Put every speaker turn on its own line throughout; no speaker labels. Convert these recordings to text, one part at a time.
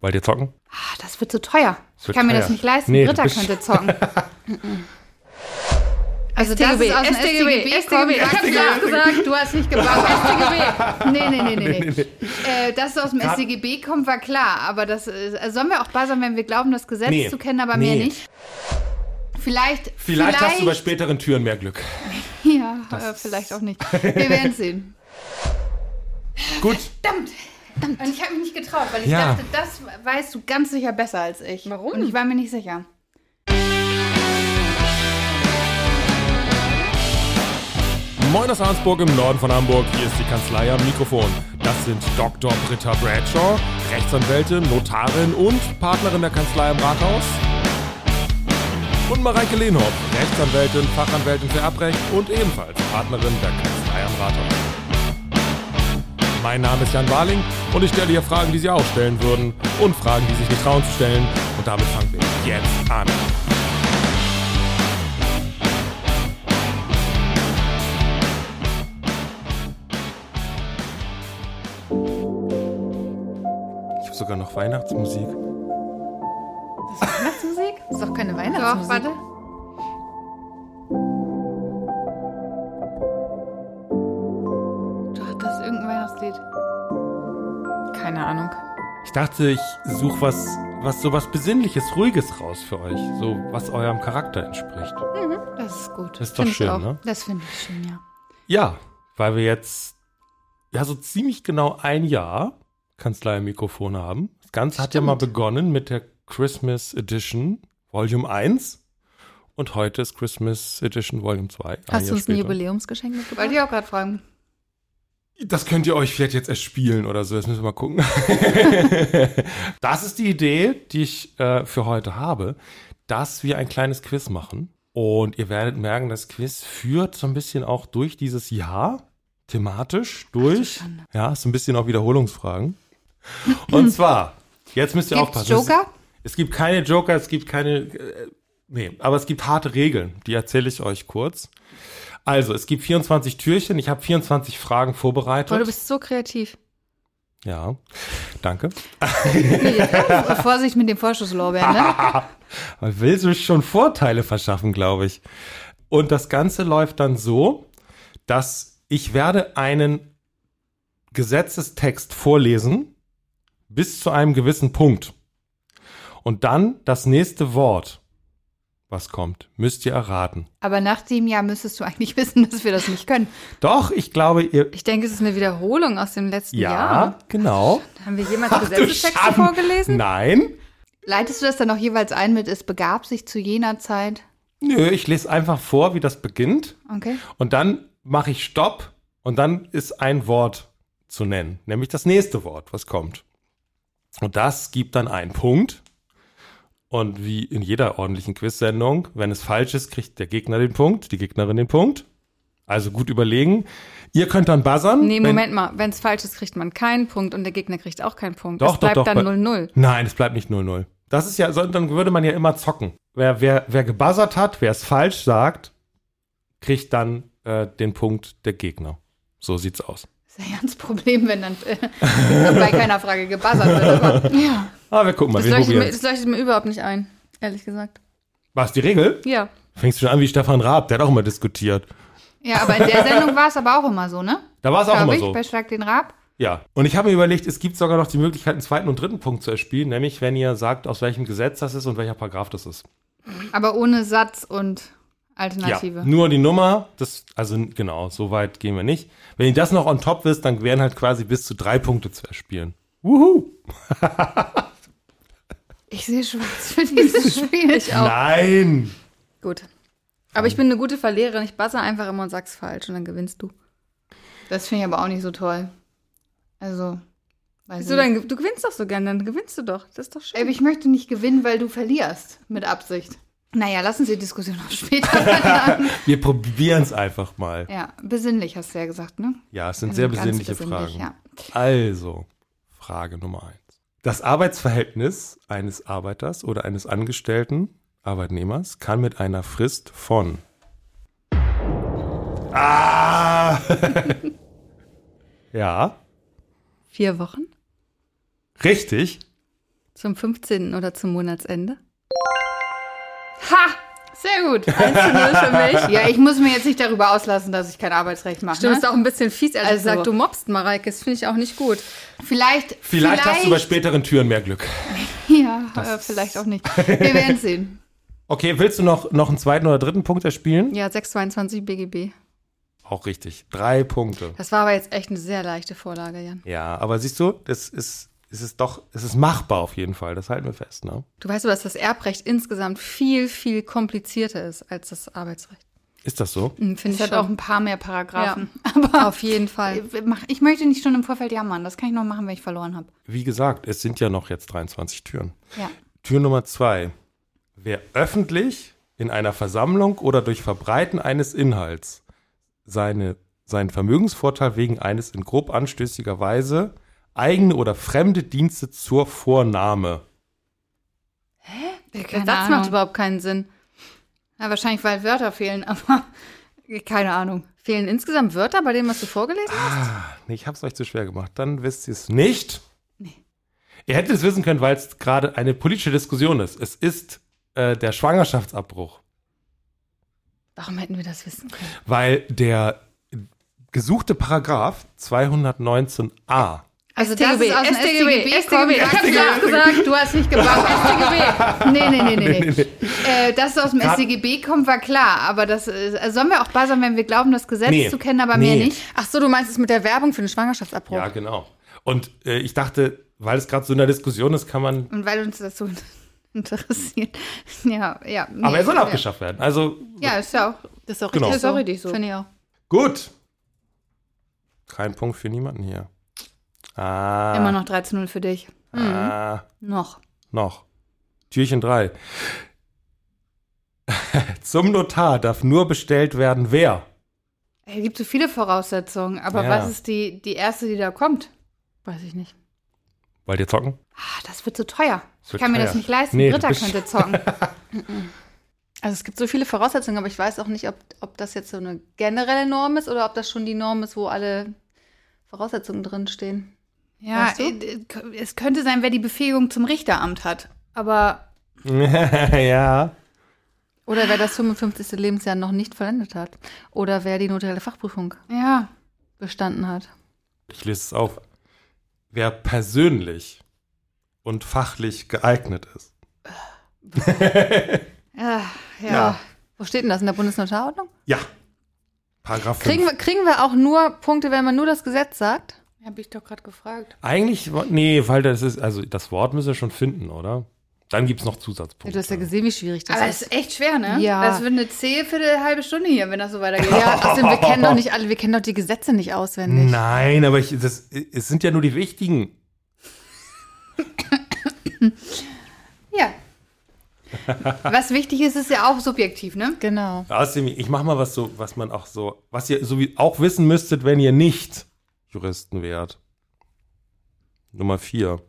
Wollt ihr zocken?
Ah, das wird zu teuer.
wird
ich kann mir
teuer.
das nicht leisten.
Nee, du
Britta
bist-
könnte zocken. Mhm. Also das
StGB,
ist aus dem
StGB,
StGB, kommt.
StGB.
Ich hab's nachgesagt, du hast nicht gebracht. StGB. Nee, nee, nee, nee. nee, Äh, dass es aus dem
Grad-
StGB kommt, war klar. Aber das ist, also sollen wir auch bei sein, wenn wir glauben, das Gesetz
Nee.
zu kennen, aber mehr
Nee.
nicht. Vielleicht,
Vielleicht, hast du bei späteren Türen mehr Glück.
ja, äh, vielleicht auch nicht. Wir werden sehen.
Gut,
Verdammt! Und ich habe mich nicht getraut, weil ich
Ja.
dachte, das weißt du ganz sicher besser als ich.
Warum?
Und ich war mir nicht sicher.
moin aus Arnsburg im Norden von Hamburg. Hier ist die Kanzlei am Mikrofon. Das sind Dr. Britta Bradshaw, Rechtsanwältin, Notarin und Partnerin der Kanzlei im Rathaus. Und Mareike Lehnhoff, Rechtsanwältin, Fachanwältin für Erbrecht und ebenfalls Partnerin der Kanzlei am Rathaus. Mein Name ist Jan Warling und ich stelle hier Fragen, die Sie auch stellen würden und Fragen, die sich nicht trauen zu stellen. Und damit fangen wir jetzt an. Ich habe sogar noch Weihnachtsmusik.
Weihnachtsmusik?
Das ist doch keine
Doch,
Weihnachtsmusik.
warte. Doch, das ist irgendein Weihnachtslied.
Keine Ahnung.
Ich dachte, ich suche was, was so was Besinnliches, Ruhiges raus für euch. So, was eurem Charakter entspricht.
Das ist gut.
Das ist doch
Find ich
schön,
auch.
ne?
Das finde ich schön, ja.
Ja, weil wir jetzt ja so ziemlich genau ein Jahr Kanzlei Mikrofon haben. Das Ganze hat ja mal begonnen mit der Christmas Edition Volume 1 und heute ist Christmas Edition Volume 2. ein
Hast du
Jahr
uns ein
später.
Jubiläumsgeschenk mitgebracht?
Wollte ich auch gerade fragen.
Das könnt ihr euch vielleicht jetzt erst spielen oder so, das müssen wir mal gucken. das ist die Idee, die ich äh, für heute habe, dass wir ein kleines Quiz machen. Und ihr werdet merken, das Quiz führt so ein bisschen auch durch dieses Jahr, thematisch durch. ja, so ein bisschen auch Wiederholungsfragen. Und zwar, jetzt müsst ihr
Gibt's
aufpassen.
Joker?
Es, es gibt keine Joker, es gibt keine. Äh, nee, aber es gibt harte Regeln, die erzähle ich euch kurz. Also, es gibt 24 Türchen. Ich habe 24 Fragen vorbereitet.
Oh, du bist so kreativ.
Ja, danke.
Vorsicht mit dem Vorschusslorbeeren, ne?
Man will sich schon Vorteile verschaffen, glaube ich. Und das Ganze läuft dann so, dass ich werde einen Gesetzestext vorlesen bis zu einem gewissen Punkt. Und dann das nächste Wort, was kommt, müsst ihr erraten.
Aber nach dem Jahr müsstest du eigentlich wissen, dass wir das nicht können.
Doch, ich glaube, ihr...
Ich denke, es ist eine Wiederholung aus dem letzten
Ja,
Jahr.
genau.
Haben wir jemals
Ach, du
Gesetzestexte
Schaden.
vorgelesen?
Nein.
Leitest du das dann auch jeweils ein mit, es begab sich zu jener Zeit?
Nö, ich lese einfach vor, wie das beginnt.
Okay.
Und dann mache ich Stopp und dann ist ein Wort zu nennen, nämlich das nächste Wort, was kommt. Und das gibt dann einen Punkt. Und wie in jeder ordentlichen Quiz-Sendung, wenn es falsch ist, kriegt der Gegner den Punkt, die Gegnerin den Punkt. Also gut überlegen. Ihr könnt dann buzzern.
Nee,
wenn-
Moment mal. Wenn es falsch ist, kriegt man keinen Punkt und der Gegner kriegt auch keinen Punkt.
Doch,
es
doch,
bleibt
doch, bei-
dann 0-0.
Nein, es bleibt nicht 0-0. Das ist ja, so- dann würde man ja immer zocken. Wer, wer, wer gebuzzert hat, wer es falsch sagt, kriegt dann äh, den Punkt der Gegner. So sieht's aus.
Das ist ja ganz Problem, wenn dann äh, bei keiner Frage gebuzzert wird. Aber
Ja.
Ah, wir gucken mal,
Das
wir
leuchtet, mir,
probieren.
das leuchtet mir überhaupt nicht ein. Ehrlich gesagt.
Was, die Regel?
Ja.
Fängst du schon an wie Stefan Raab, der hat auch immer diskutiert.
Ja, aber in der Sendung war es aber auch immer so, ne?
Da war es auch
Glaub
immer
ich,
so.
bei Schlag den Raab.
Ja. Und ich habe mir überlegt, es gibt sogar noch die Möglichkeit, einen zweiten und dritten Punkt zu erspielen, nämlich wenn ihr sagt, aus welchem Gesetz das ist und welcher Paragraph das ist.
Aber ohne Satz und
Ja.
Alternative.
Nur die Nummer, das, also genau, so weit gehen wir nicht. Wenn ihr das noch on top wisst, dann wären halt quasi bis zu drei Punkte zu erspielen.
Oh.
Wuhu!
Ich sehe schwarz für dieses Spiel. Ich auch.
Nein!
Gut. Aber ich bin eine gute Verliererin. Ich buzzer einfach immer und sag's falsch und dann gewinnst du.
Das finde ich aber auch nicht so toll. Also, weiß
So,
ich nicht.
dann, ge- du gewinnst doch so gern, dann gewinnst du doch. Das ist doch schön.
Ey, Ich möchte nicht gewinnen, weil du verlierst. Mit Absicht. Naja, lassen Sie die Diskussion auf später.
Wir probieren es einfach mal.
ja, besinnlich hast du ja gesagt, ne?
Ja, es sind sehr
Ganz
besinnliche
besinnlich,
Fragen.
Ja.
Also, Frage Nummer eins. Das Arbeitsverhältnis eines Arbeiters oder eines Angestellten Arbeitnehmers kann mit einer Frist von. Ah! ja,
Vier Wochen?
richtig.
Zum 15. oder zum Monatsende?
Ha! Sehr gut.
1 zu 0 für mich.
Ja, ich muss mir jetzt nicht darüber auslassen, dass ich kein Arbeitsrecht mache.
Stimmt, ist
ne?
auch ein bisschen fies, ehrlich
Also-
gesagt. Du mobst Mareike, das finde ich auch nicht gut.
Vielleicht,
Vielleicht, hast du bei späteren Türen mehr Glück.
Ja, äh, vielleicht auch nicht. Wir werden sehen.
Okay, willst du noch, noch einen zweiten oder dritten Punkt erspielen?
Ja, 622 BGB.
Auch richtig. Drei Punkte.
Das war aber jetzt echt eine sehr leichte Vorlage, Jan.
Ja, aber siehst du, das ist, es ist doch, es ist machbar auf jeden Fall. Das halten wir fest, ne?
Du weißt aber, dass das Erbrecht insgesamt viel, viel komplizierter ist als das Arbeitsrecht.
Ist das so?
Hm,
Es
Finde ich
hat
schon.
auch ein paar mehr Paragraphen.
Aber auf jeden Fall.
Ich mach- Ich möchte nicht schon im Vorfeld jammern. Das kann ich noch machen, wenn ich verloren habe.
Wie gesagt, es sind ja noch jetzt 23 Türen.
Ja.
Tür Nummer zwei. Wer öffentlich in einer Versammlung oder durch Verbreiten eines Inhalts seine, seinen Vermögensvorteil wegen eines in grob anstößiger Weise eigene oder fremde Dienste zur Vornahme.
Der
Keine
Satz
Ahnung.
macht überhaupt keinen Sinn.
Ja, wahrscheinlich, weil Wörter fehlen, aber äh, keine Ahnung.
Fehlen insgesamt Wörter bei dem, was du vorgelesen hast?
Nee, ich hab's euch zu schwer gemacht. Dann wisst ihr es nicht. Ihr hättet es wissen können, weil es gerade eine politische Diskussion ist. Es ist äh, der Schwangerschaftsabbruch.
Warum hätten wir das wissen können?
Weil der gesuchte Paragraph 219a
Also
StGB, StGB,
komm,
StGB.
ich hab's
StGB.
nachgesagt, du hast nicht gebracht. StGB. Nee, nee, nee, nee. nee. Äh, dass es aus dem
Grad-
StGB kommt, war klar. Aber das äh, also sollen wir auch buzzern, wenn wir glauben, das Gesetz
Nee.
zu kennen, aber mehr
Nee.
nicht.
Ach so, du meinst es mit der Werbung für den Schwangerschaftsabbruch?
Ja, genau. Und äh, ich dachte, weil es gerade so in der Diskussion ist, kann man.
Und weil uns das so interessiert. Ja, ja. nee,
Aber er soll
ja.
abgeschafft werden. Also
Ja, ist ja auch.
Das ist auch
Genau. richtig
richtig.
so.
Sorry, dich so.
Finde
ich auch.
gut. Kein Punkt für niemanden hier. Ah.
Immer Mhm. noch 3 zu 0 für dich.
Ah,
Noch.
noch. Türchen drei. Zum Notar darf nur bestellt werden, wer?
Es gibt so viele Voraussetzungen, aber
Ja.
was ist die, die erste, die da kommt?
Weiß ich nicht.
Wollt ihr zocken?
Ah, das wird zu teuer.
Das
Ich
wird
kann mir
teuer.
das nicht leisten.
Nee, du
Britta
bist-
könnte zocken.
Also es gibt so viele Voraussetzungen, aber ich weiß auch nicht, ob, ob das jetzt so eine generelle Norm ist oder ob das schon die Norm ist, wo alle Voraussetzungen drinstehen.
Ja,
Weißt du?
äh, äh, es könnte sein, wer die Befähigung zum Richteramt hat. Aber
ja.
Oder wer das 55. Lebensjahr noch nicht vollendet hat. Oder wer die notarielle Fachprüfung
ja,
bestanden hat.
Ich lese es auf. Wer persönlich und fachlich geeignet ist.
äh, ja.
Ja.
Wo steht denn das? In der Bundesnotarordnung?
Ja. Paragraph
Kriegen
fünf.
wir, kriegen wir auch nur Punkte, wenn man nur das Gesetz sagt?
Habe ich doch gerade gefragt.
Eigentlich, wo- nee, weil das ist, also das Wort müssen wir schon finden, oder? Dann gibt es noch
Ja,
Zusatzpunkte.
du hast ja gesehen, wie schwierig das
Aber
ist.
es ist echt schwer, ne?
Ja.
Das wird eine zähe halbe Stunde hier, wenn das so weitergeht.
Ja, außerdem, wir kennen doch nicht alle, wir kennen doch die Gesetze nicht auswendig.
Nein, aber ich, das, es sind ja nur die wichtigen.
ja. Was wichtig ist, ist ja auch subjektiv, ne?
Genau.
Außerdem, ich mach mal was so, was man auch so, was ihr so wie auch wissen müsstet, wenn ihr nicht Juristen wärt. Nummer vier.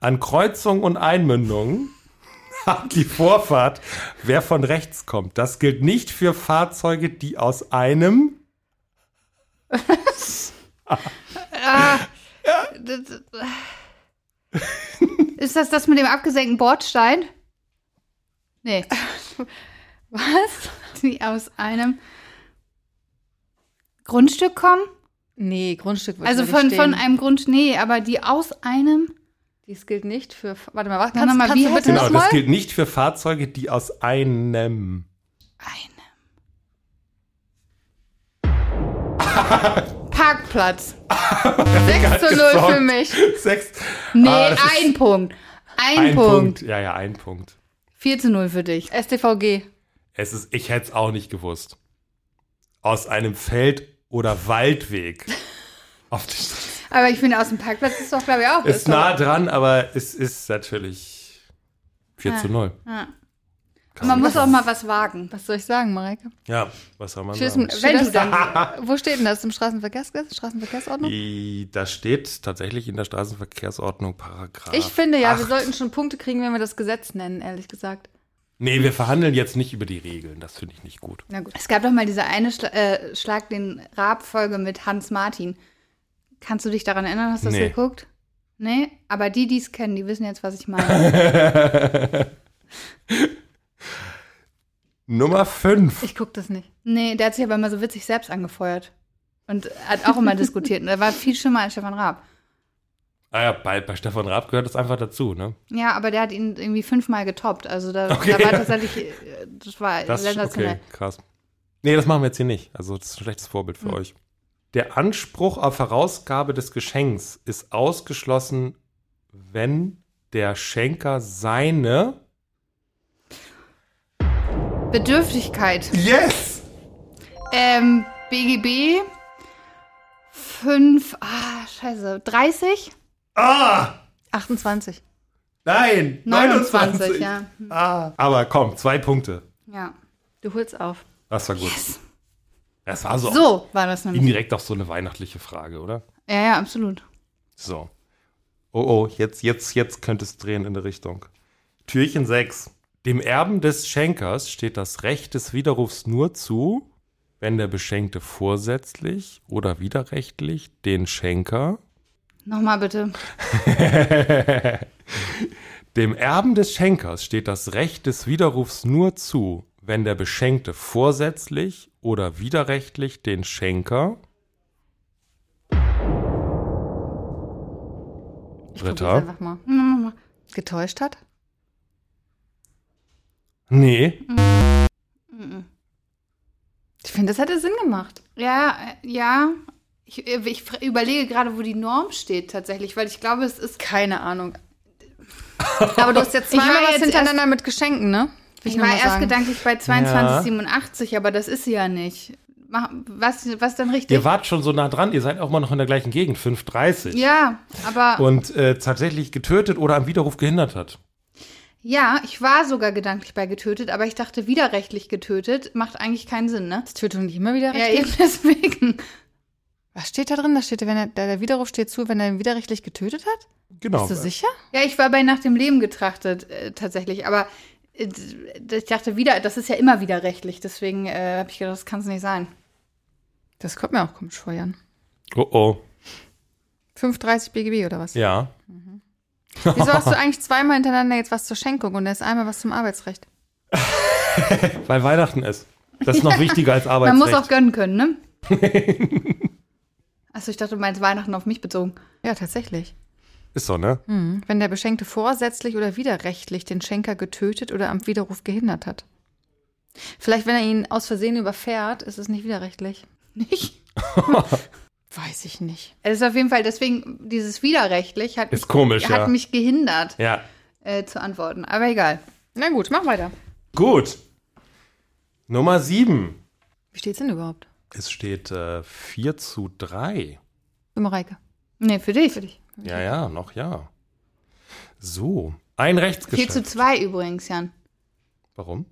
An Kreuzungen und Einmündungen hat die Vorfahrt, wer von rechts kommt. Das gilt nicht für Fahrzeuge, die aus einem
Das- äh, Ist das das mit dem abgesenkten Bordstein? Nee.
Was?
Die aus einem Grundstück kommen?
Nee, Grundstück wird
Also
da
von,
nicht
von
stehen.
einem Grund, nee, aber die aus einem.
Dies gilt nicht für. Warte mal, warte,
Warte
kannst,
mal,
kannst
wie
du
heißt
bitte
Genau,
nochmal?
das gilt nicht für Fahrzeuge, die aus einem.
Einem. Parkplatz.
Ah,
6 zu 0 für
gesagt.
mich.
Sechs.
Nee,
Ah, das ist
ein Punkt. Ein,
ein
Punkt.
Punkt. Ja, ja, ein Punkt.
4 zu 0 für dich.
STVG.
Es ist, ich hätte es auch nicht gewusst. Aus einem Feld- oder Waldweg. Auf die Straße.
Aber ich finde, aus dem Parkplatz ist doch, glaube ich, auch.
Ist nah dran, aber es ist natürlich 4 zu 0.
Ja.
Kann
Man muss
nicht
auch mal was wagen.
Was soll ich sagen, Mareike?
Ja, was soll man
Steht das
sagen?
im- steht
Wenn
das-
du dann.
Wo steht denn das? Im Straßenverkehrsgesetz? Straßenverkehrsordnung?
I- Da steht tatsächlich in der Straßenverkehrsordnung Paragraph.
Ich finde ja, wir
acht.
sollten schon Punkte kriegen, wenn wir das Gesetz nennen, ehrlich gesagt.
Nee, wir verhandeln jetzt nicht über die Regeln. Das finde ich nicht gut.
Na gut.
Es gab doch mal diese eine Schla äh, Schlag den Rab-Folge mit Hans Martin. Kannst du dich daran erinnern? Hast du das
Nee.
geguckt? Nee, aber die, die es kennen, die wissen jetzt, was ich meine.
Nummer 5.
Ich gucke das nicht.
Nee, der hat sich aber immer so witzig selbst angefeuert. Und hat auch immer diskutiert. Und er war viel schlimmer als Stefan Raab.
Ah ja, bei, bei Stefan Raab gehört das einfach dazu, ne?
Ja, aber der hat ihn irgendwie fünfmal getoppt. Also da,
Okay.
da war tatsächlich, äh, das war
Das
sensationell.
okay, krass. Nee, das machen wir jetzt hier nicht. Also das ist ein schlechtes Vorbild für euch. Der Anspruch auf Herausgabe des Geschenks ist ausgeschlossen, wenn der Schenker seine
Bedürftigkeit.
Yes!
Ähm, BGB 5, ah, scheiße, 30?
Ah!
28.
Nein!
29, ja.
Ah. Aber komm, zwei Punkte.
Ja.
Du holst auf.
Das war gut. Das war so,
So war das nämlich.
indirekt auch so eine weihnachtliche Frage, oder?
Ja, ja, absolut.
So. Oh oh, jetzt, jetzt, jetzt könnte es drehen in der Richtung. Türchen 6. Dem Erben des Schenkers steht das Recht des Widerrufs nur zu, wenn der Beschenkte vorsätzlich oder widerrechtlich den Schenker
Nochmal bitte.
Dem Erben des Schenkers steht das Recht des Widerrufs nur zu, wenn der Beschenkte vorsätzlich oder widerrechtlich den Schenker
Probier's
Ritter?
einfach mal. Getäuscht hat?
Nee.
Ich finde, das hätte Sinn gemacht.
Ja, äh, ja. Ich, ich fr- überlege gerade, wo die Norm steht tatsächlich, weil ich glaube, es ist.
Keine Ahnung. Aber du hast jetzt
Ich war
zweimal was
jetzt
hintereinander mit Geschenken, ne? Will
Ich
nur
war
mal
erst
sagen.
gedanklich bei 2287, aber das ist sie ja nicht. Mach, was, was denn richtig?
Ihr wart schon so nah dran, ihr seid auch mal noch in der gleichen Gegend, 530.
ja, aber
Und äh, tatsächlich getötet oder am Widerruf gehindert hat.
ja, ich war sogar gedanklich bei getötet, aber ich dachte, widerrechtlich getötet macht eigentlich keinen Sinn, ne?
Ist Tötung nicht immer wieder
Ja,
rechtlich?
eben deswegen.
Was steht da drin? Da steht, wenn er, der, der Widerruf steht zu, wenn er ihn widerrechtlich getötet hat?
Genau.
Bist du sicher?
Ja, ich war bei nach dem Leben getrachtet, äh, tatsächlich, aber äh, d- ich dachte wieder, das ist ja immer widerrechtlich, deswegen äh, habe ich gedacht, das kann es nicht sein.
Das kommt mir auch komisch vor, Jan.
oh oh.
5,30 BGB oder was?
Ja.
Wieso hast du eigentlich zweimal hintereinander jetzt was zur Schenkung und erst einmal was zum Arbeitsrecht?
Weil Weihnachten ist. Das ist noch wichtiger als
Man
Arbeitsrecht.
muss auch gönnen können, ne? Achso, ich dachte, du meinst Weihnachten auf mich bezogen.
Ja, tatsächlich.
ist so, ne?
Hm. Wenn der Beschenkte vorsätzlich oder widerrechtlich den Schenker getötet oder am Widerruf gehindert hat. Vielleicht, wenn er ihn aus Versehen überfährt, ist es nicht widerrechtlich.
Nicht?
Weiß ich nicht.
Es ist auf jeden Fall, deswegen, dieses widerrechtlich hat,
Ist komisch,
mich,
ja.
hat mich gehindert
Ja.
äh, zu antworten. Aber egal.
Na gut, mach weiter.
Gut. Nummer 7.
Wie steht's denn überhaupt?
Es steht äh, 4 zu 3.
Für Mareike.
Nee, für dich.
Für dich.
Ja, ja, noch ja. So. Ein
4 zu
Rechtsgeschäft.
2 übrigens, Jan.
Warum?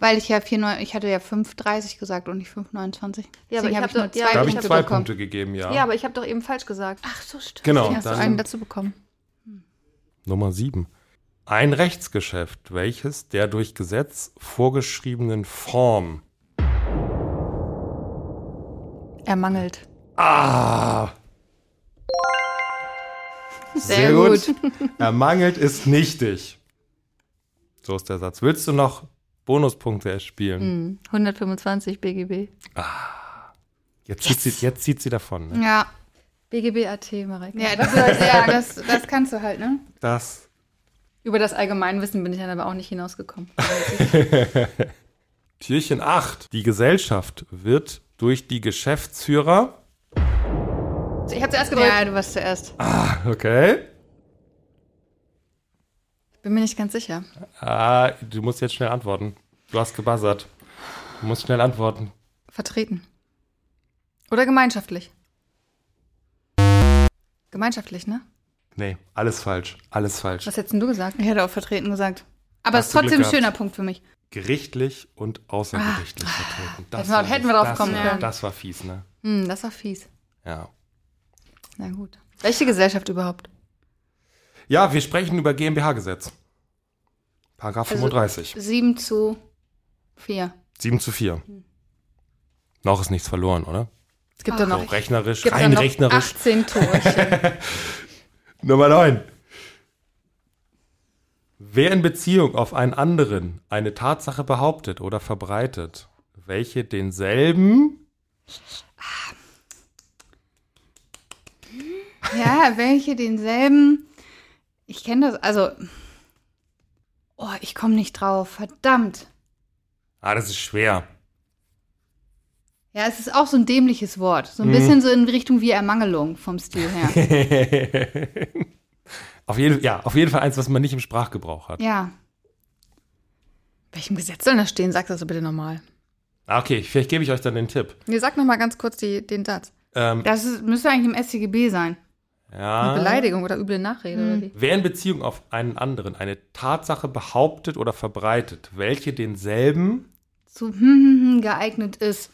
Weil ich ja 4, 9, ich hatte ja 5,30 gesagt und nicht 5,29.
Ja, aber
Deswegen
ich
habe
hab
ich nur
doch- ja,
zwei
Da habe
ich
ich
Punkte
hab
zwei
bekommen.
Punkte gegeben, ja.
aber ich habe doch eben falsch gesagt. Ach,
Ach so, stimmt.
genau.
hast du einen
Dann
dazu bekommen.
Nummer 7. Ein Rechtsgeschäft, welches der durch Gesetz vorgeschriebenen Form.
Ermangelt.
Ah!
Sehr
Ermangelt ist nichtig. So ist der Satz. Willst du noch Bonuspunkte erspielen?
Hm. 125 BGB.
Jetzt, zieht sie, jetzt zieht sie davon.
Hm.
Ne?
Ja,
BGB AT, Mareike.
ja, das, ja das, das kannst du halt, ne?
Das.
Über das Allgemeinwissen bin ich dann aber auch nicht hinausgekommen.
Türchen 8. Die Gesellschaft wird durch die Geschäftsführer.
Ich habe zuerst gedrückt.
Ja, du warst zuerst.
Okay.
Bin mir nicht ganz sicher.
Ah, du musst jetzt schnell antworten. Du hast gebuzzert. Du musst schnell antworten.
Vertreten. Oder gemeinschaftlich. Gemeinschaftlich, ne?
Nee, alles falsch. Alles falsch.
Was hättest denn du gesagt?
Ich hätte auch vertreten gesagt. Aber es
Hast
ist
du Glück
trotzdem ein
gehabt.
schöner Punkt für mich.
Gerichtlich und außergerichtlich vertreten. Das
Ah. hätten wir- hätten wir drauf
das
kommen
war,
können.
Das war fies, ne?
Hm, das war fies.
Ja.
Na gut. Welche Gesellschaft überhaupt?
Ja, wir sprechen über GmbH-Gesetz. Paragraph
Also,
35.
7 zu 4.
7 zu 4.
Hm.
Noch ist nichts verloren, oder?
Es gibt doch
So
noch,
rechnerisch,
gibt doch
rein
noch
rechnerisch.
18 Torchen.
Nummer 9. Wer in Beziehung auf einen anderen eine Tatsache behauptet oder verbreitet, welche denselben
Ja, welche denselben. Ich kenne das, also. Oh, ich komme nicht drauf. Verdammt.
Ah, das ist schwer.
Ja, es ist auch so ein dämliches Wort.
Mhm.
So ein bisschen so in Richtung wie Ermangelung vom Stil her.
Auf jeden, ja, auf jeden Fall eins, was man nicht im Sprachgebrauch hat.
ja.
Welchem Gesetz soll das stehen? Sag das doch bitte nochmal.
Ah, Okay, vielleicht gebe ich euch dann den Tipp.
Nee, sag nochmal ganz kurz die, den Satz.
Ähm,
Das ist, müsste eigentlich im SCGB sein.
Eine
ja.
Beleidigung oder üble Nachrede oder wie?
Wer in Beziehung auf einen anderen eine Tatsache behauptet oder verbreitet, welche denselben
So hm, hm, hm, geeignet ist.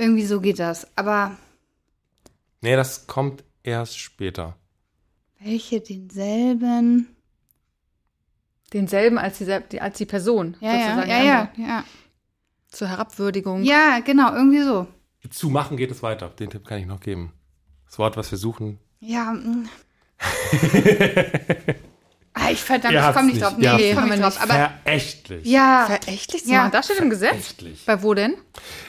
Irgendwie so geht das. Aber
Nee, das kommt erst später.
welche denselben.
Denselben als die, selb- die, als die Person.
Ja, ja,
sozusagen,
ja,
die
ja,
andere.
ja.
Zur Herabwürdigung.
Ja, genau, irgendwie so.
Zu machen geht es weiter. Den Tipp kann ich noch geben. Das Wort, was wir suchen.
Ja. mm. Ah, ich verdammt,
Ihr
ich komme
habt's
nicht drauf.
nicht.
Nee,
Ja.
ich komme nicht
Haben wir
drauf.
nicht.
Aber
Verächtlich.
ja,
Verächtlich zu
Ja.
machen. Das steht im Gesetz.
Verächtlich.
Bei wo denn?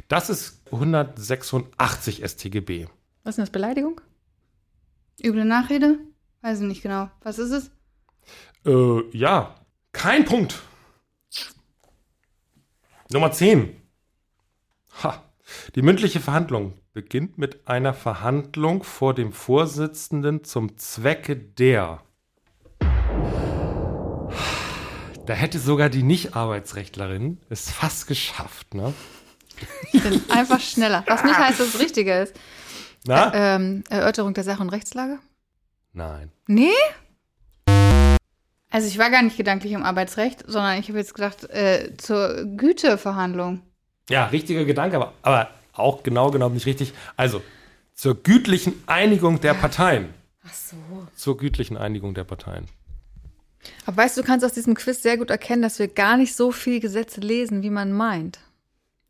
Das ist 186 StGB.
Was ist denn das? Beleidigung?
üble Nachrede? Weiß ich nicht genau. Was ist es?
Äh, ja. Kein Punkt. Nummer 10. Ha. Die mündliche Verhandlung beginnt mit einer Verhandlung vor dem Vorsitzenden zum Zwecke der. Da hätte sogar die Nicht-Arbeitsrechtlerin es fast geschafft, ne?
Einfach schneller. Was nicht
Ah.
heißt, dass es richtiger ist.
Na?
Ähm, Erörterung der Sache und Rechtslage?
Nein.
Nee?
Also ich war gar nicht gedanklich im Arbeitsrecht, sondern ich habe jetzt gedacht, äh, zur Güteverhandlung.
Ja, richtiger Gedanke, aber, aber auch genau genommen nicht richtig. Also, zur gütlichen Einigung der Parteien.
Ach so.
Zur gütlichen Einigung der Parteien.
Aber weißt du, du kannst aus diesem Quiz sehr gut erkennen, dass wir gar nicht so viel Gesetze lesen, wie man meint.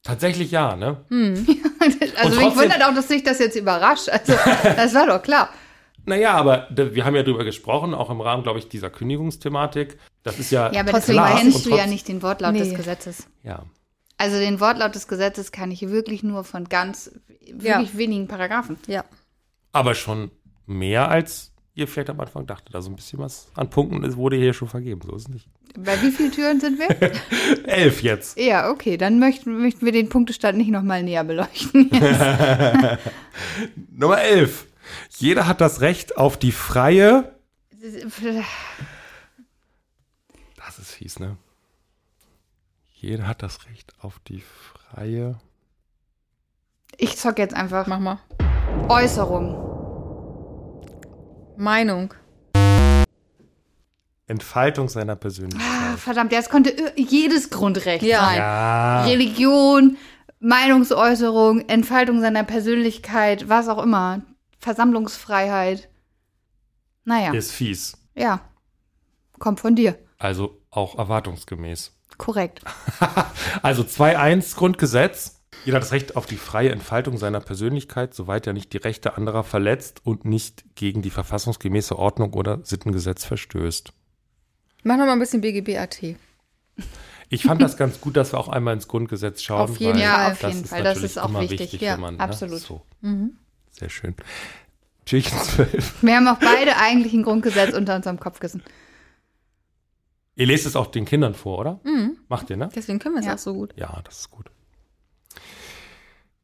Tatsächlich ja, ne?
Also mich
trotzdem-
wundert auch, dass dich das jetzt überrascht. Also das war doch klar.
Naja, aber da, wir haben ja drüber gesprochen, auch im Rahmen, glaube ich, dieser Kündigungsthematik. Das ist ja.
Ja, aber
trotz-
deswegen
klar
kennst
und
du ja
trotz-
nicht den Wortlaut
Nee.
des Gesetzes.
Ja.
Also den Wortlaut des Gesetzes kann ich wirklich nur von ganz, wirklich wenigen Paragraphen.
Ja.
Aber schon mehr als ihr vielleicht am Anfang dachtet. Also ein bisschen was an Punkten es wurde hier schon vergeben. So ist es nicht.
Bei wie vielen Türen sind wir?
Elf jetzt.
Ja, okay, dann möchten, möchten wir den Punktestand nicht nochmal näher beleuchten.
Nummer elf. Jeder hat das Recht auf die freie. Das ist fies, ne? Jeder hat das Recht auf die freie.
Ich zock jetzt einfach
Mach mal.
Äußerung.
Meinung.
Entfaltung seiner Persönlichkeit.
Ah, verdammt, ja, es konnte ir- jedes Grundrecht
Ja.
sein. Ah,
Ja.
Religion, Meinungsäußerung, Entfaltung seiner Persönlichkeit, was auch immer. Versammlungsfreiheit. Naja,
Ist fies.
ja. Kommt von dir.
Also auch erwartungsgemäß.
Korrekt.
Also 2.1 Grundgesetz. Jeder hat das Recht auf die freie Entfaltung seiner Persönlichkeit, soweit er nicht die Rechte anderer verletzt und nicht gegen die verfassungsgemäße Ordnung oder Sittengesetz verstößt.
Mach noch mal ein bisschen BGB-AT.
Ich fand das ganz gut, dass wir auch einmal ins Grundgesetz schauen.
Auf jeden
weil
Ja,
Fall.
auf jeden Fall. Das
natürlich
ist auch
immer
wichtig.
ja,
wenn man, ne,
absolut.
So.
Mhm.
Sehr schön. Türchen 12.
Wir haben auch beide eigentlich ein Grundgesetz unter unserem Kopfkissen.
Ihr lest es auch den Kindern vor, oder?
Mhm.
Macht ihr, ne?
Deswegen können wir es
Ja.
auch so gut.
Ja, das ist gut.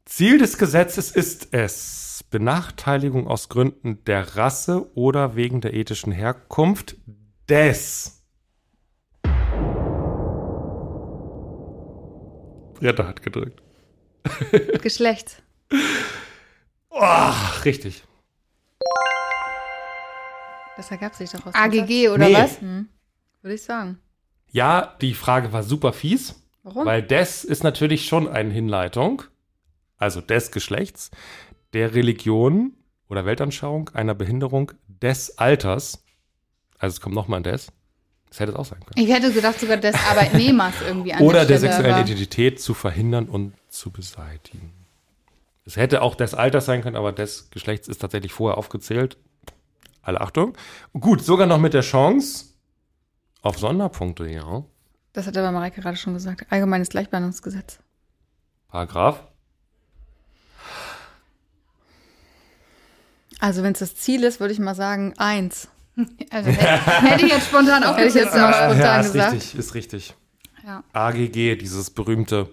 Ziel des Gesetzes ist es, Benachteiligung aus Gründen der Rasse oder wegen der ethischen Herkunft des. Britta hat gedrückt.
Geschlecht.
Ach, Ah, richtig.
Das ergab sich daraus.
AGG oder
Nee.
was?
Würde ich sagen.
Ja, die Frage war super fies,
Warum?
weil des ist natürlich schon eine Hinleitung, also des Geschlechts, der Religion oder Weltanschauung, einer Behinderung des Alters. Also es kommt nochmal ein des. Das hätte es auch sein können.
Ich hätte gedacht, sogar des Arbeitnehmers irgendwie an
Oder der
Stelle,
sexuellen
aber-
Identität zu verhindern und zu beseitigen. Es hätte auch des Alters sein können, aber des Geschlechts ist tatsächlich vorher aufgezählt. Alle Achtung. Gut, sogar noch mit der Chance auf Sonderpunkte, ja.
Das hat aber Mareike gerade schon gesagt. Allgemeines Gleichbehandlungsgesetz.
Paragraph.
Also wenn es das Ziel ist, würde ich mal sagen, eins.
Also hätte, hätte ich jetzt spontan auch
Hätte ich jetzt
aber-
auch spontan
Ah, ja, ist
gesagt.
richtig, ist richtig.
Ja.
AGG, dieses berühmte.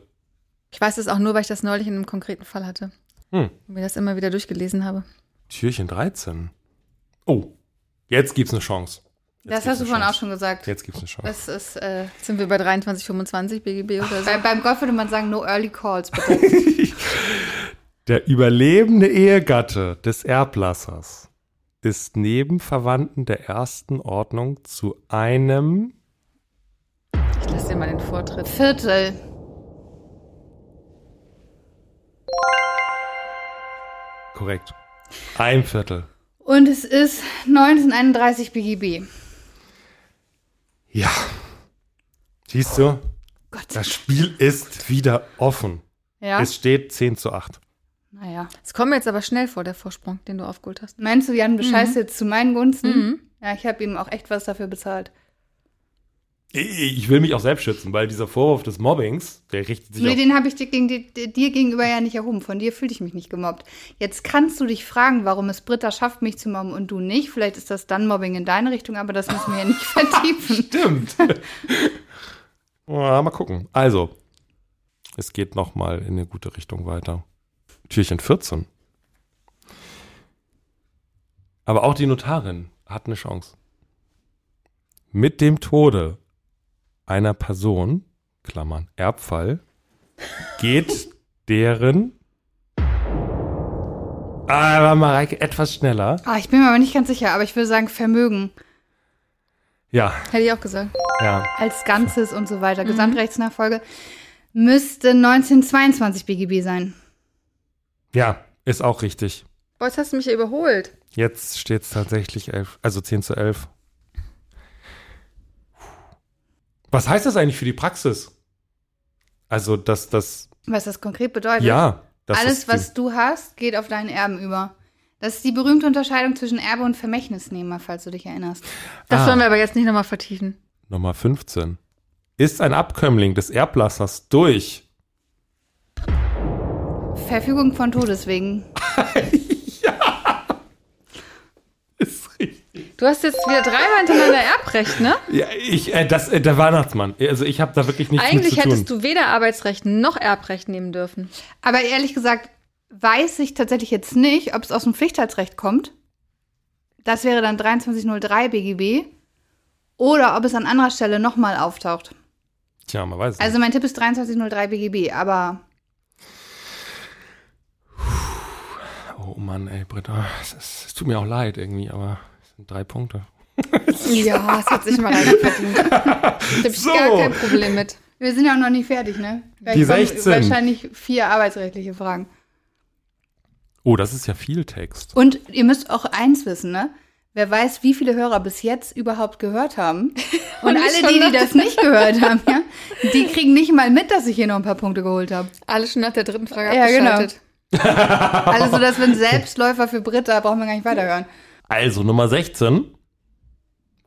Ich weiß es auch nur, weil ich das neulich in einem konkreten Fall hatte.
Hm.
Und mir das immer wieder durchgelesen habe.
Türchen 13. Oh, jetzt gibt's eine Chance. Jetzt
Das
gibt's
hast du
eine
vorhin auch
Chance.
schon gesagt.
Jetzt gibt's eine Chance.
Das ist, äh,
Jetzt sind wir bei 23, 25 BGB oder so.
bei, beim Golf würde man sagen, no early calls, bitte.
Der überlebende Ehegatte des Erblassers ist neben Verwandten der ersten Ordnung zu einem
Ich lasse dir mal den Vortritt.
Viertel.
korrekt. Ein Viertel.
Und es ist 1931 BGB.
Ja. Siehst du,
Gott.
das Spiel ist wieder offen.
Ja.
Es steht 10 zu 8.
naja.
Es kommt mir jetzt aber schnell vor, der Vorsprung, den du aufgeholt hast.
Meinst du, Jan
Mhm.
bescheißt jetzt zu meinen Gunsten? Ja, ich habe ihm auch echt was dafür bezahlt.
Ich will mich auch selbst schützen, weil dieser Vorwurf des Mobbings, der richtet sich
nee,
auf
den habe ich dir, gegen, dir, dir gegenüber ja nicht erhoben. Von dir fühlte ich mich nicht gemobbt. Jetzt kannst du dich fragen, warum es Britta schafft, mich zu mobben und du nicht. Vielleicht ist das dann Mobbing in deine Richtung, aber das müssen wir ja nicht vertiefen.
Stimmt. ja, mal gucken. Also, es geht nochmal in eine gute Richtung weiter. Türchen 14. Aber auch die Notarin hat eine Chance. Mit dem Tode einer Person, Klammern, Erbfall, geht deren. Ah, Aber Mareike, etwas schneller.
Ah, ich bin mir aber nicht ganz sicher, aber ich würde sagen Vermögen
Ja,
Hätte ich auch gesagt.
ja.
als Ganzes und so
Mhm.
weiter. Gesamtrechtsnachfolge müsste 1922 BGB sein.
Ja, ist auch richtig.
Boah, jetzt hast du mich ja überholt.
Jetzt steht es tatsächlich 11, also 10 zu 11. Was heißt das eigentlich für die Praxis? Also, dass das,
Was das konkret bedeutet?
ja. Das
Also, Alles,
ist die-
was du hast, geht auf deinen Erben über. Das ist die berühmte Unterscheidung zwischen Erbe und Vermächtnisnehmer, falls du dich erinnerst.
Das
Ah.
wollen wir aber jetzt nicht nochmal vertiefen.
Nummer 15. Ist ein Abkömmling des Erblassers durch?
Verfügung von Todeswegen.
Ist richtig.
Du hast jetzt wieder dreimal hintereinander Erbrecht, ne?
Ja, ich, äh, das, äh, der Weihnachtsmann. Also, ich habe da wirklich nichts
Eigentlich
mit zu
hättest
tun.
du weder Arbeitsrecht noch Erbrecht nehmen dürfen.
Aber ehrlich gesagt, weiß ich tatsächlich jetzt nicht, ob es aus dem Pflichtheitsrecht kommt. Das wäre dann 2303 BGB. Oder ob es an anderer Stelle nochmal auftaucht.
Tja, man weiß es
Also mein Tipp ist 2303 BGB, aber
nicht. Oh Mann, ey, Britta. Es, ist- es tut mir auch leid irgendwie, aber es sind drei Punkte.
Ja, Ah, das hat sich mal verdient. Da hab ich
So.
gar kein Problem mit.
wir sind ja auch noch nicht fertig, ne? Weil
Die
kommen
16.
Wahrscheinlich vier arbeitsrechtliche Fragen.
Oh, das ist ja viel Text.
Und ihr müsst auch eins wissen, ne? Wer weiß, wie viele Hörer bis jetzt überhaupt gehört haben. Und
Und ich
alle
schon
die, die
dachte-
das nicht gehört haben, ja, die kriegen nicht mal mit, dass ich hier noch ein paar Punkte geholt habe.
Alles schon nach der dritten Frage
Ja, genau.
abgeschaltet.
Also, dass wenn Selbstläufer für Britta, brauchen wir gar nicht weiterhören.
Also Nummer 16.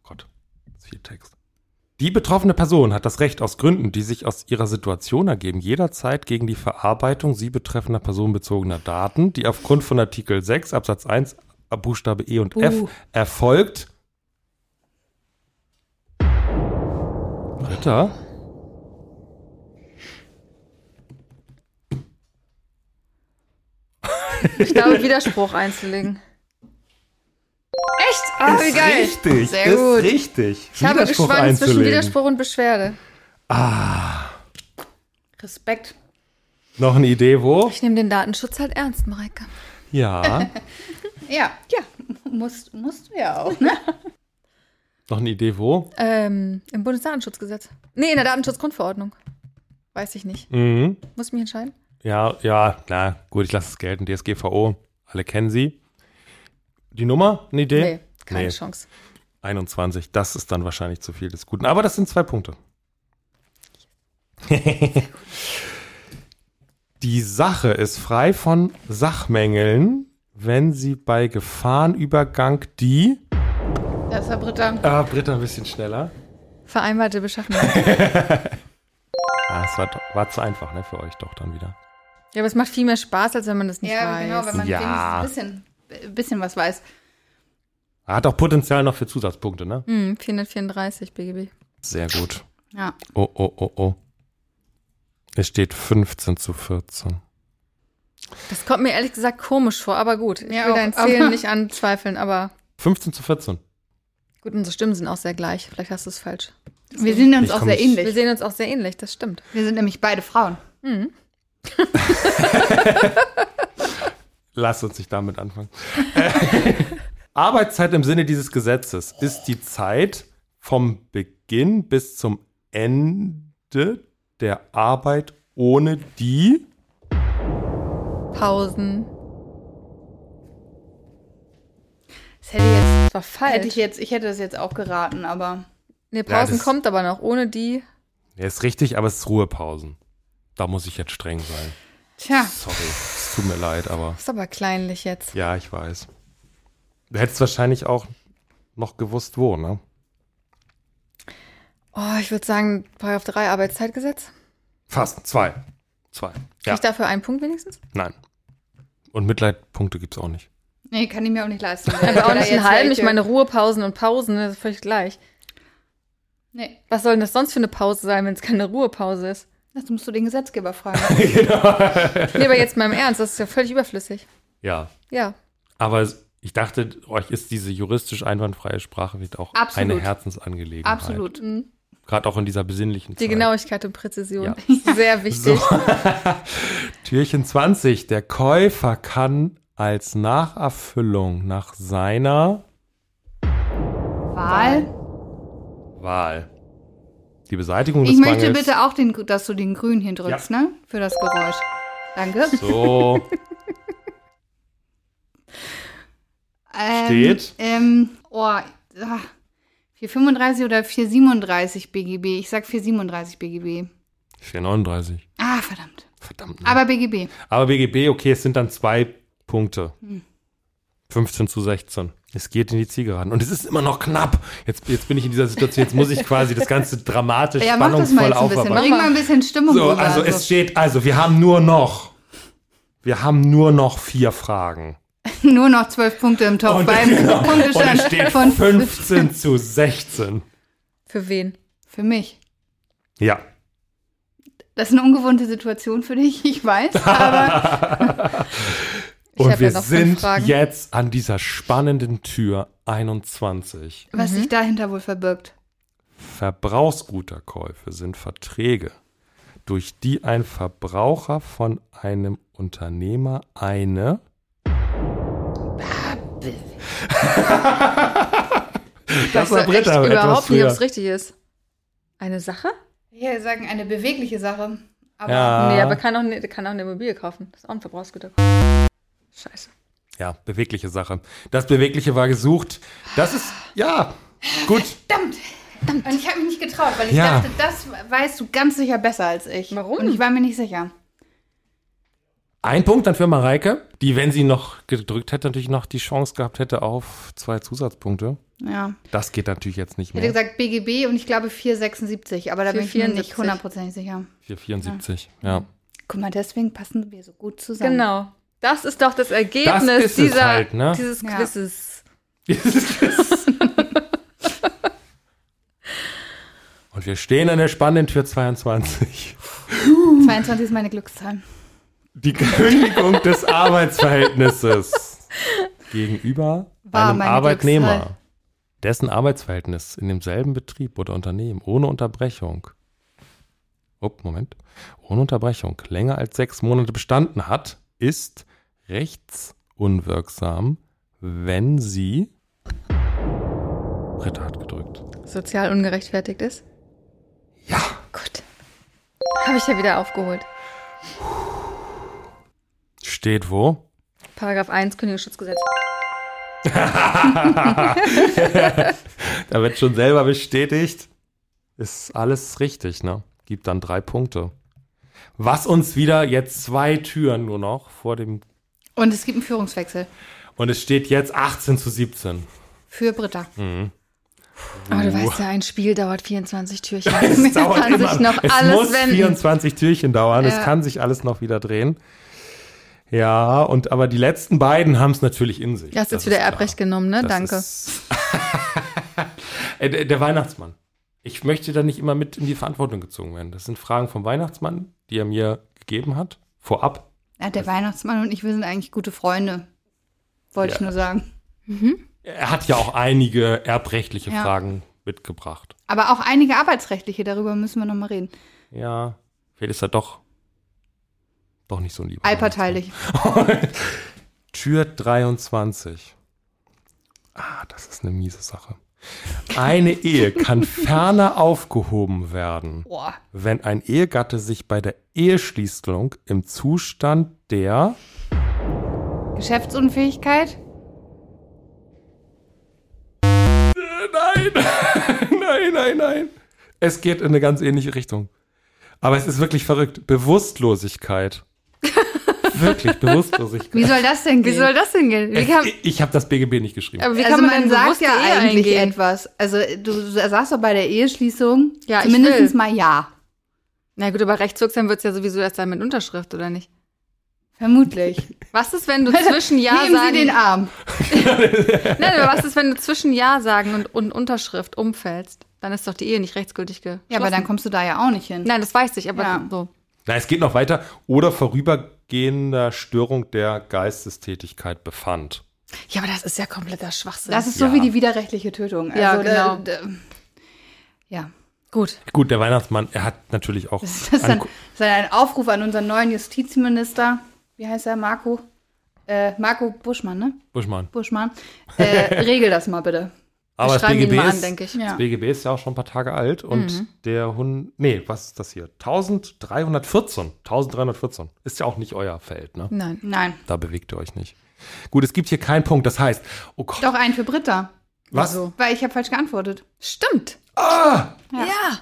Gott, das ist viel Text. Die betroffene Person hat das Recht, aus Gründen, die sich aus ihrer Situation ergeben, jederzeit gegen die Verarbeitung sie betreffender personenbezogener Daten, die aufgrund von Artikel 6 Absatz 1 Buchstabe E und F
Uh.
erfolgt. Ritter.
Ich glaube, Widerspruch einzulegen. Echt? Ah, wie geil.
richtig.
Sehr gut.
richtig.
Ich habe geschwankt zwischen Widerspruch und Beschwerde.
Ah.
Respekt.
Noch eine Idee, wo?
Ich nehme den Datenschutz halt ernst, Mareike.
Ja.
Ja, ja. Musst, musst du ja auch, ne?
Noch eine Idee, wo?
Ähm, Im Bundesdatenschutzgesetz. Nee, in der Datenschutzgrundverordnung. Weiß ich nicht.
Mhm.
Muss ich mich entscheiden?
Ja, ja, na gut, ich lasse es gelten. DSGVO, alle kennen sie. Die Nummer, eine Idee?
Nee, keine
Nee.
Chance.
21, das ist dann wahrscheinlich zu viel des Guten. Aber das sind zwei Punkte. Die Sache ist frei von Sachmängeln, wenn sie bei Gefahrenübergang die
Das war Britta.
Ah, Britta ein bisschen schneller.
Vereinbarte Beschaffenheit.
Ah, es war, war zu einfach, ne, für euch doch dann wieder.
Ja, aber es macht viel mehr Spaß, als wenn man das nicht
Ja,
weiß.
genau, wenn man
Ja.
wenigstens ein bisschen, bisschen was weiß.
Ah, Hat auch Potenzial noch für Zusatzpunkte, ne?
Hm, 434 BGB.
Sehr gut.
Ja.
Oh, oh, oh, oh. Es steht 15 zu 14.
Das kommt mir ehrlich gesagt komisch vor, aber gut. Ich
Ja,
will
auch,
dein
aber-
Zählen nicht anzweifeln, aber
15 zu 14.
gut, unsere Stimmen sind auch sehr gleich. Vielleicht hast du es falsch.
Wir sind uns
Ich
auch
komm
sehr
nicht-
ähnlich.
Wir sehen uns auch sehr ähnlich, das stimmt.
Wir sind nämlich beide Frauen.
Lass uns nicht damit anfangen. Äh, Arbeitszeit im Sinne dieses Gesetzes ist die Zeit vom Beginn bis zum Ende der Arbeit ohne die
Pausen.
Das hätte, jetzt,
Das war falsch.
hätte ich jetzt, ich hätte das jetzt auch geraten, aber
nee,
Ja,
Pausen
das-
kommt aber noch. Ohne die.
Ja, ist richtig, aber es ist Ruhepausen. Da muss ich jetzt streng sein.
tja,
Sorry, es tut mir leid, aber
Ist aber kleinlich jetzt.
ja, ich weiß. Du hättest wahrscheinlich auch noch gewusst, wo, ne?
Oh, ich würde sagen, Paragraph 3 Arbeitszeitgesetz.
Fast, zwei. Zwei.
Krieg
Ja,
ich dafür einen Punkt wenigstens?
nein. Und Mitleidpunkte gibt's auch nicht.
nee, kann ich mir auch nicht leisten.
Also auch nicht einen halben. Ich
welche-
meine, Ruhepausen und Pausen, das ist völlig gleich.
Nee,
Was soll denn das sonst für eine Pause sein, wenn es keine Ruhepause ist?
das musst du den Gesetzgeber fragen.
Nee, aber jetzt mal im Ernst, das ist ja völlig überflüssig.
Ja,
Ja.
Aber es- ich dachte, euch ist diese juristisch einwandfreie Sprache wird auch
Absolut.
eine Herzensangelegenheit.
Absolut.
Mhm.
Gerade auch in dieser besinnlichen
Die
Zeit.
Genauigkeit und Präzision.
Ja.
ist Sehr wichtig.
So. Türchen 20. Der Käufer kann als Nacherfüllung nach seiner
Wahl.
Wahl die Beseitigung
Ich
des
möchte
Mangels.
bitte auch, den, dass du den Grün hier drückst, ne? Für das Geräusch. Danke.
So,
Ähm,
Steht?
Ähm, oh, ah, 435 oder 437 BGB. Ich sag 437 BGB.
439.
Ah, verdammt.
Verdammt. ne?
Aber BGB.
Aber BGB, okay, es sind dann zwei Punkte. 15 zu 16. Es geht in die Zielgeraden. Und es ist immer noch knapp. Jetzt, jetzt bin ich in dieser Situation. Jetzt muss ich quasi das Ganze dramatisch,
Ja, mach das mal
spannungsvoll
jetzt ein bisschen.
aufarbeiten.
Bring mal ein bisschen Stimmung
So,
rüber.
also es steht, also wir haben nur noch, wir haben nur noch vier Fragen.
Nur noch zwölf Punkte im Topf
Und-
beim
Und
Punktestand
es steht
von
15 zu 16.
Für wen?
Für mich.
Ja.
Das ist eine ungewohnte Situation für dich, ich weiß, aber
Ich
Und
hab
wir
ja noch fünf
sind
Fragen.
jetzt an dieser spannenden Tür 21.
was sich dahinter wohl verbirgt.
Verbrauchsguterkäufe sind Verträge, durch die ein Verbraucher von einem Unternehmer eine Das war
Weißt du
Britta
echt
aber etwas
überhaupt nicht,
früher.
ob es richtig ist. Eine Sache?
Ja, sagen eine bewegliche Sache. Aber
Ja.
Nee, aber kann auch, ne, kann auch eine Immobilie kaufen. Das ist auch ein Verbrauchsgüter. Scheiße.
Ja, bewegliche Sache. Das Bewegliche war gesucht. Das ist, ja, gut.
verdammt. Und ich habe mich nicht getraut, weil ich
Ja.
dachte, das weißt du ganz sicher besser als ich.
Warum?
Und ich war mir nicht sicher.
Ein Punkt dann für Mareike, die, wenn sie noch gedrückt hätte, natürlich noch die Chance gehabt hätte auf zwei Zusatzpunkte.
Ja.
Das geht natürlich jetzt nicht
Ich hätte
mehr.
gesagt BGB und ich glaube 476, aber da bin ich mir nicht
474.
hundertprozentig sicher.
474, ja.
Guck mal, deswegen passen wir so gut zusammen.
Genau. Das ist doch das Ergebnis
Das ist es
dieser,
halt, ne?
dieses
Ja.
Quizzes.
Und wir stehen an der spannenden Tür 22.
22 ist meine Glückszahl.
Die Kündigung des Arbeitsverhältnisses gegenüber
War
einem
mein
Arbeitnehmer,
Glücksfall.
dessen Arbeitsverhältnis in demselben Betrieb oder Unternehmen ohne Unterbrechung, up, Moment, ohne Unterbrechung länger als sechs Monate bestanden hat, ist rechtsunwirksam, wenn sie Britta hat gedrückt.
Sozial ungerechtfertigt ist.
Ja.
Gut. Habe ich ja wieder aufgeholt.
Steht wo?
Paragraph 1 Kündigungsschutzgesetz.
Da wird schon selber bestätigt. Ist alles richtig, ne? Gibt dann drei Punkte. Was uns wieder jetzt zwei Türen nur noch vor dem.
Und es gibt einen Führungswechsel.
Und es steht jetzt 18 zu 17.
Für Britta.
Mhm.
Aber du weißt ja, ein Spiel dauert 24 Türchen.
Es dauert
kann
immer.
sich noch
es
alles
muss
wenden.
24 Türchen dauern. Es
Ja.
kann sich alles noch wieder drehen. Ja, und aber die letzten beiden haben es natürlich in sich.
Du hast
Das
jetzt wieder
ist klar.
Erbrecht genommen, ne?
Das
Danke.
ist- Äh, der, der Weihnachtsmann. Ich möchte da nicht immer mit in die Verantwortung gezogen werden. Das sind Fragen vom Weihnachtsmann, die er mir gegeben hat, vorab.
Ja, der Weihnachtsmann und ich, wir sind eigentlich gute Freunde. Wollte ich
Ja.
nur sagen.
Er hat ja auch einige erbrechtliche
Ja.
Fragen mitgebracht.
Aber auch einige arbeitsrechtliche, darüber müssen wir nochmal reden.
Ja, vielleicht ist er doch, doch nicht so ein lieber.
Allparteilich.
Tür 23. Ah, das ist eine miese Sache. Eine Ehe kann ferner aufgehoben werden,
Boah.
wenn ein Ehegatte sich bei der Eheschließung im Zustand der
Geschäftsunfähigkeit?
Nein, nein, nein, nein. Es geht in eine ganz ähnliche Richtung. Aber es ist wirklich verrückt. Bewusstlosigkeit. Wirklich, Bewusstlosigkeit.
Wie soll das denn gehen?
Wie soll das denn gehen? Wie
Ich,
kann,
ich habe das BGB nicht geschrieben.
aber wie
also
kann
man,
man, denn
sagt
bewusst
ja
die Ehe
eigentlich
eingehen?
etwas. Also du sagst doch bei der Eheschließung
Ja, ich
zumindest
will.
mal ja.
Na gut, aber rechtswirksam wird es ja sowieso erst dann mit Unterschrift, oder nicht?
Vermutlich.
Was ist, wenn du zwischen Ja
Nehmen
sagen...
Sie den Arm.
Nein, aber was ist, wenn du zwischen Ja sagen und, und Unterschrift umfällst? Dann ist doch die Ehe nicht rechtsgültig geschlossen.
Ja, aber dann kommst du da ja auch nicht hin.
Nein, das weiß ich, aber
Ja.
so.
Na, es geht noch weiter. Oder vorübergehender Störung der Geistestätigkeit befand.
Ja, aber das ist ja kompletter Schwachsinn.
Das ist so
Ja.
wie die widerrechtliche Tötung.
Ja,
Also, da-
genau.
da- ja.
gut.
Gut, der Weihnachtsmann, er hat natürlich auch.
Das ist, dann, das ist dann ein Aufruf an unseren neuen Justizminister. Wie heißt er? Marco? Äh, Marco Buschmann, ne?
Buschmann.
Buschmann. Äh, regel das mal bitte.
Aber das
schreiben ihn
BGB,
mal an,
ist,
denke ich.
das BGB ist ja auch schon ein paar Tage alt und
Mhm.
der Hund. Nee, was ist das hier? 1314. 1314. Ist ja auch nicht euer Feld, ne?
Nein.
Nein.
Da bewegt ihr euch nicht. Gut, es gibt hier keinen Punkt. Das heißt, oh Gott,
Doch einen für Britta.
was?
Also.
Weil ich habe falsch geantwortet.
Stimmt.
Ah!
Ja.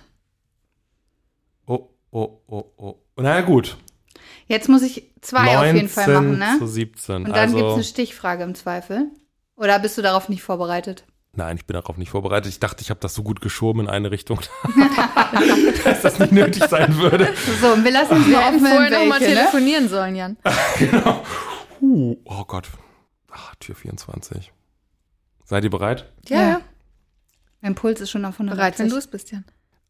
Oh, oh, oh, oh. Na ja, gut.
Jetzt muss ich zwei auf jeden Fall machen, ne?
zu 17.
Und dann
also,
gibt es eine Stichfrage im Zweifel. Oder bist du darauf nicht vorbereitet?
Nein, ich bin darauf nicht vorbereitet. Ich dachte, ich habe das so gut geschoben in eine Richtung, dass das nicht nötig sein würde.
So, und wir lassen es
Wir
mal
hätten
offen,
vorher noch mal
welche, ne?
telefonieren sollen, Jan.
Huh, oh Gott. Ah, Tür 24. Seid ihr bereit?
Ja, ja. Mein Puls ist schon auf 100.
Bereits, wenn du es bist, Jan.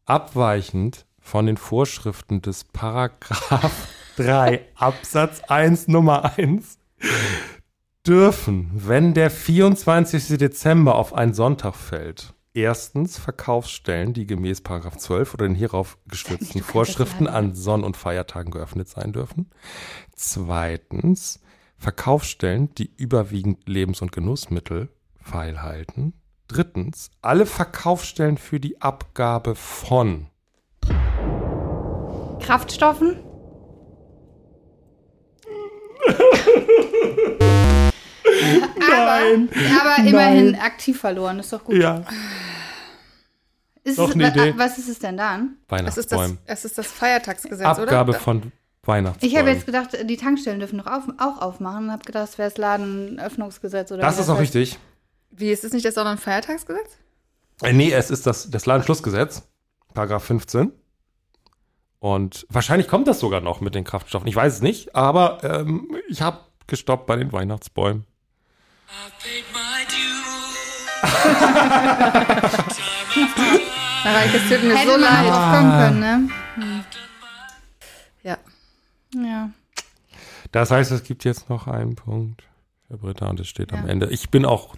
Abweichend von den Vorschriften des Paragraph 3 Absatz 1 Nummer 1 dürfen, wenn der 24. Dezember auf einen Sonntag fällt, erstens Verkaufsstellen, die gemäß Paragraph 12 oder den hierauf gestützten Vorschriften an Sonn- und Feiertagen geöffnet sein dürfen, zweitens Verkaufsstellen, die überwiegend Lebens- und Genussmittel feilhalten. Drittens, alle Verkaufsstellen für die Abgabe von.
Kraftstoffen?
Nein.
Aber immerhin aktiv verloren, ist doch gut.
Ja.
Ist
Doch
es,
eine
wa-
Idee.
Was ist es denn dann?
Es ist das,
Weihnachtsbäume.
es ist das Feiertagsgesetz,
Abgabe
oder?
von Weihnachtsbäumen.
Ich habe jetzt gedacht, die Tankstellen dürfen doch auf, auch aufmachen und habe gedacht, das wäre das Ladenöffnungsgesetz oder
Das
wie
ist auch
heißt.
richtig.
Wie, ist es nicht das auch noch ein Feiertagsgesetz?
Äh, nee, es ist das, das Ladenschlussgesetz, Paragraph 15. Und wahrscheinlich kommt das sogar noch mit den Kraftstoffen. Ich weiß es nicht, aber ähm, ich habe gestoppt bei den Weihnachtsbäumen.
I've paid my dues.
Mareike, es tut mir
Hätte
so
man
leid.
drauf kommen können, ne?
Ja.
Ja.
Das heißt, es gibt jetzt noch einen Punkt für Britta und es steht am
Ja.
Ende. Ich bin auch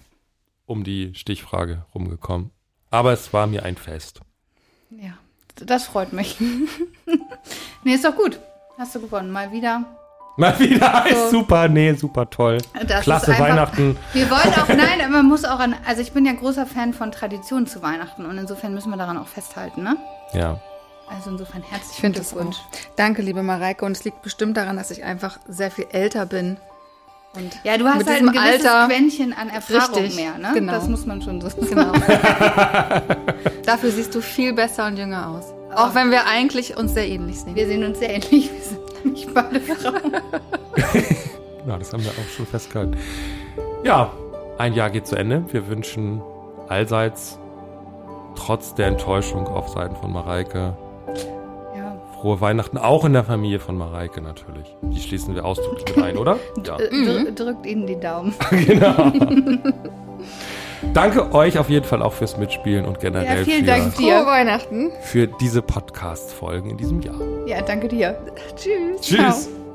um die Stichfrage rumgekommen. Aber es war mir ein Fest.
Ja, das freut mich. nee, ist doch gut. Hast du gewonnen. Mal wieder.
Mal wieder ist super, nee, super toll.
Das
Klasse
ist einfach-
Weihnachten.
Wir wollen auch, nein, aber man muss auch an, also ich bin ja großer Fan von Traditionen zu Weihnachten und insofern müssen wir daran auch festhalten, ne?
Ja.
Also insofern herzlichen
Ich finde das gut. Danke, liebe Mareike. Und es liegt bestimmt daran, dass ich einfach sehr viel älter bin. Und
Ja, du hast
mit
halt ein
diesem
gewisses
Alter.
Quäntchen an Erfahrung
Richtig,
mehr, ne?
genau.
Das muss man schon so sagen.
Genau. Dafür siehst du viel besser und jünger aus. Auch wenn wir eigentlich uns sehr ähnlich sehen.
Wir sehen uns sehr ähnlich. Wir sind nämlich beide Frauen.
Na, das haben wir auch schon festgehalten. Ja, ein Jahr geht zu Ende. Wir wünschen Allseits, trotz der Enttäuschung auf Seiten von Mareike,
Ja.
frohe Weihnachten auch in der Familie von Mareike natürlich. Die schließen wir ausdrücklich mit ein, oder? Ja.
Äh, dr- Drückt ihnen die Daumen.
genau. Danke euch auf jeden Fall auch fürs Mitspielen und generell
Ja, vielen Dank
für,
dir.
Frohe Weihnachten.
für diese Podcast-Folgen in diesem Jahr.
Ja, danke dir.
Tschüss.
Tschüss.
Ciao.